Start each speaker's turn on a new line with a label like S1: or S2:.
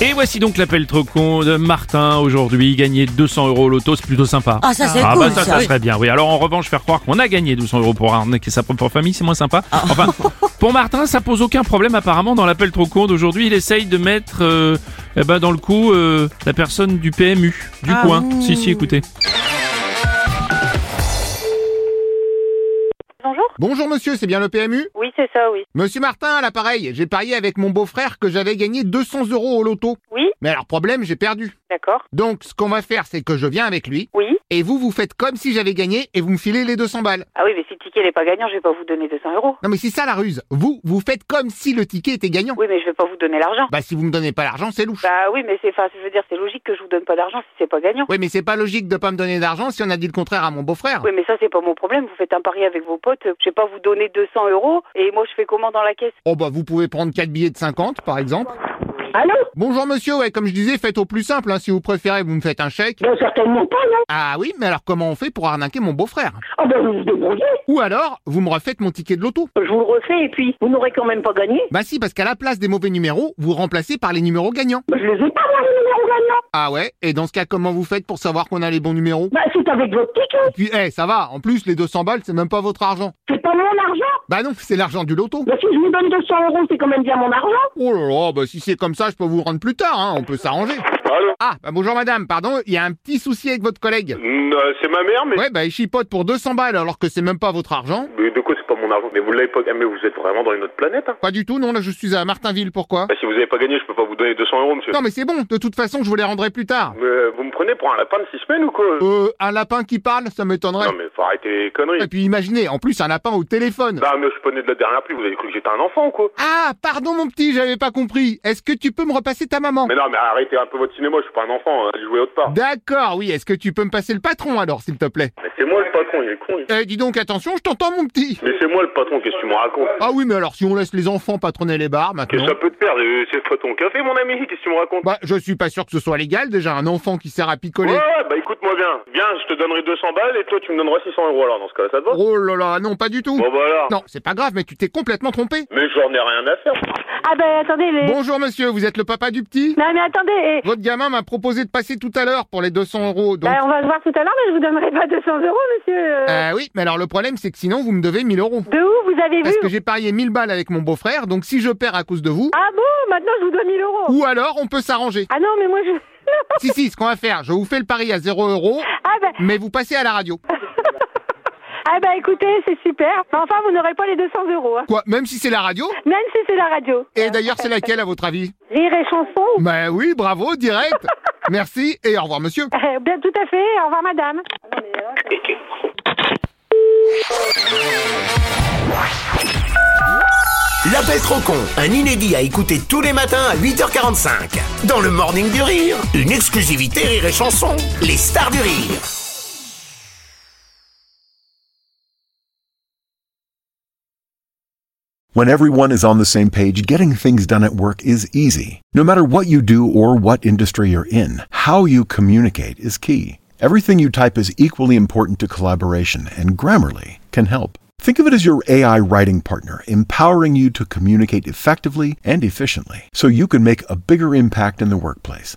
S1: Et voici donc l'appel trop con de Martin aujourd'hui. Gagner 200 euros au loto, c'est plutôt sympa.
S2: Ah, ça, c'est
S1: ah
S2: cool,
S1: bah ça, ça,
S2: ça.
S1: serait bien. Oui, alors en revanche, faire croire qu'on a gagné 200 euros pour arnaquer sa propre famille, c'est moins sympa.
S2: Ah.
S1: Enfin, pour Martin, ça pose aucun problème apparemment dans l'appel trop con d'aujourd'hui. Il essaye de mettre euh, eh ben, dans le coup euh, la personne du PMU, du
S2: Ah,
S1: coin. Si, si, écoutez.
S3: Bonjour.
S4: Bonjour monsieur, c'est bien le PMU
S3: Oui, c'est ça, oui.
S4: Monsieur Martin, à l'appareil, j'ai parié avec mon beau-frère que j'avais gagné 200 euros au loto.
S3: Oui,
S4: Mais alors problème, j'ai perdu.
S3: d'accord.
S4: Donc ce qu'on va faire, c'est que je viens avec lui
S3: Oui.
S4: et vous, vous faites comme si j'avais gagné et vous me filez les 200 balles.
S3: Ah oui, mais si le ticket n'est pas gagnant, je vais pas vous donner 200 euros.
S4: Non mais c'est ça la ruse. Vous, vous faites comme si le ticket était gagnant.
S3: Oui, mais je vais pas vous donner l'argent.
S4: Bah si vous me donnez pas l'argent, c'est louche.
S3: Bah oui, mais c'est, enfin, je veux dire, c'est logique que je vous donne pas d'argent si c'est pas gagnant.
S4: Oui, mais c'est pas logique de pas me donner d'argent si on a dit le contraire à mon beau-frère.
S3: Oui, mais ça, c'est pas mon problème. Vous faites un pari avec vos potes. Je vais pas vous donner 200 euros et moi, je fais comment dans la caisse
S4: Oh bah vous pouvez prendre 4 billets de 50 par exemple.
S5: Allô
S4: Bonjour monsieur, ouais, comme je disais, faites au plus simple, hein. si vous préférez, vous me faites un chèque.
S5: Non, Ben, certainement pas, non
S4: Ah oui, mais alors comment on fait pour arnaquer mon beau-frère
S5: Ah ben, vous vous débrouillez.
S4: Ou alors, vous me refaites mon ticket de loto
S5: Je vous le refais et puis, vous n'aurez quand même pas gagné.
S4: Bah si, parce qu'à la place des mauvais numéros, vous remplacez par les numéros gagnants.
S5: Ben, je les ai pas, moi, les numéros gagnants.
S4: Ah ouais, et dans ce cas, comment vous faites pour savoir qu'on a les bons numéros
S5: Ben, c'est avec votre ticket.
S4: Et puis, eh, ça va, en plus, les 200 balles, c'est même pas votre argent.
S5: C'est pas mon argent.
S4: Bah non, c'est l'argent du loto.
S5: Ben, si je vous donne 200 euros, c'est quand même bien mon argent.
S4: Oh là là, bah si c'est comme ça, je peux vous rendre plus tard, hein, on peut s'arranger.
S6: Allô
S4: Ah, bah bonjour madame, pardon, il y a un petit souci avec votre collègue.
S6: Mm, euh, C'est ma mère, mais...
S4: Ouais, bah il chipote pour 200 balles alors que c'est même pas votre argent.
S6: mais de quoi c'est pas mon argent Mais vous l'avez pas... eh, Mais vous êtes vraiment dans une autre planète, hein
S4: Pas du tout, non, là je suis à Martinville, pourquoi
S6: Bah, Si vous avez pas gagné, je peux pas vous donner 200 euros, monsieur.
S4: Non mais c'est bon, de toute façon je vous les rendrai plus tard.
S6: Mais, euh, vous me prenez pour un lapin de 6 semaines ou quoi
S4: Euh, un lapin qui parle, ça m'étonnerait.
S6: Non, mais Bah. faut arrêter les conneries.
S4: Et puis imaginez, en plus un lapin au téléphone.
S6: Non, mais je suis pas né de la dernière pluie, vous avez cru que j'étais un enfant ou quoi
S4: Ah, pardon mon petit, j'avais pas compris. Est-ce que tu peux me repasser ta maman
S6: Mais non, mais arrêtez un peu votre cinéma, je suis pas un enfant, hein, allez jouer autre part.
S4: D'accord, oui, est-ce que tu peux me passer le patron alors, s'il te plaît
S6: Mais c'est moi le patron, il est con. lui.
S4: Eh, dis donc, attention, je t'entends mon petit
S6: Mais c'est moi le patron, qu'est-ce que tu me racontes
S4: Ah oui, mais alors si on laisse les enfants patronner les bars
S6: Qu'est-ce
S4: maintenant...
S6: que ça peut te perdre Euh, C'est pas ton café, mon ami, qu'est-ce que tu me racontes
S4: Bah, je suis pas sûr que ce soit légal, déjà, un enfant qui sert à picoler.
S6: Ouais, bah écoute-moi bien. Bien, je te donnerai 200 balles et toi, tu me donneras 600 euros alors, dans ce cas-là, ça te va
S4: Oh là là, non, pas du tout.
S6: Bon, bah alors.
S4: Non, c'est pas grave, mais tu t'es complètement trompé.
S6: Mais j'en ai rien à faire.
S3: Ah ben attendez, mais...
S4: Bonjour monsieur, vous êtes le papa du petit
S3: Non, mais attendez. eh,
S4: Votre gamin m'a proposé de passer tout à l'heure pour les 200 euros, donc...
S5: Ben,
S3: bah, on va se voir tout à l'heure, mais je vous donnerai pas 200 euros, monsieur. euh.
S4: Euh, oui, mais alors le problème, c'est que sinon, vous me devez 1000 euros.
S3: De où vous avez
S4: Parce
S3: vu
S4: que j'ai parié 1000 balles avec mon beau-frère, donc si je perds à cause de vous,
S3: Ah bon, maintenant, je vous donne 1000 euros.
S4: ou alors on peut s'arranger.
S3: Ah non, mais moi, je...
S4: si, si, ce qu'on va faire, je vous fais le pari à 0 euros,
S3: Ah ben...
S4: mais vous passez à la radio.
S3: Ah bah écoutez, c'est super. Mais Enfin, vous n'aurez pas les 200 euros. hein.
S4: Quoi, même si c'est la radio
S3: Même si c'est la radio.
S4: Et d'ailleurs, c'est laquelle à votre avis
S3: Rire et chanson.
S4: Bah oui, bravo, direct Merci et au revoir monsieur.
S3: Eh bien, tout à fait. Au revoir, madame.
S7: L'appel trop con, un inédit à écouter tous les matins à 8h45. Dans le Morning du Rire, une exclusivité Rire et Chanson, les stars du rire.
S8: When everyone is on the same page, getting things done at work is easy. No matter what you do or what industry you're in, how you communicate is key. Everything you type is equally important to collaboration, and Grammarly can help. Think of it as your AI writing partner, empowering you to communicate effectively and efficiently so you can make a bigger impact in the workplace.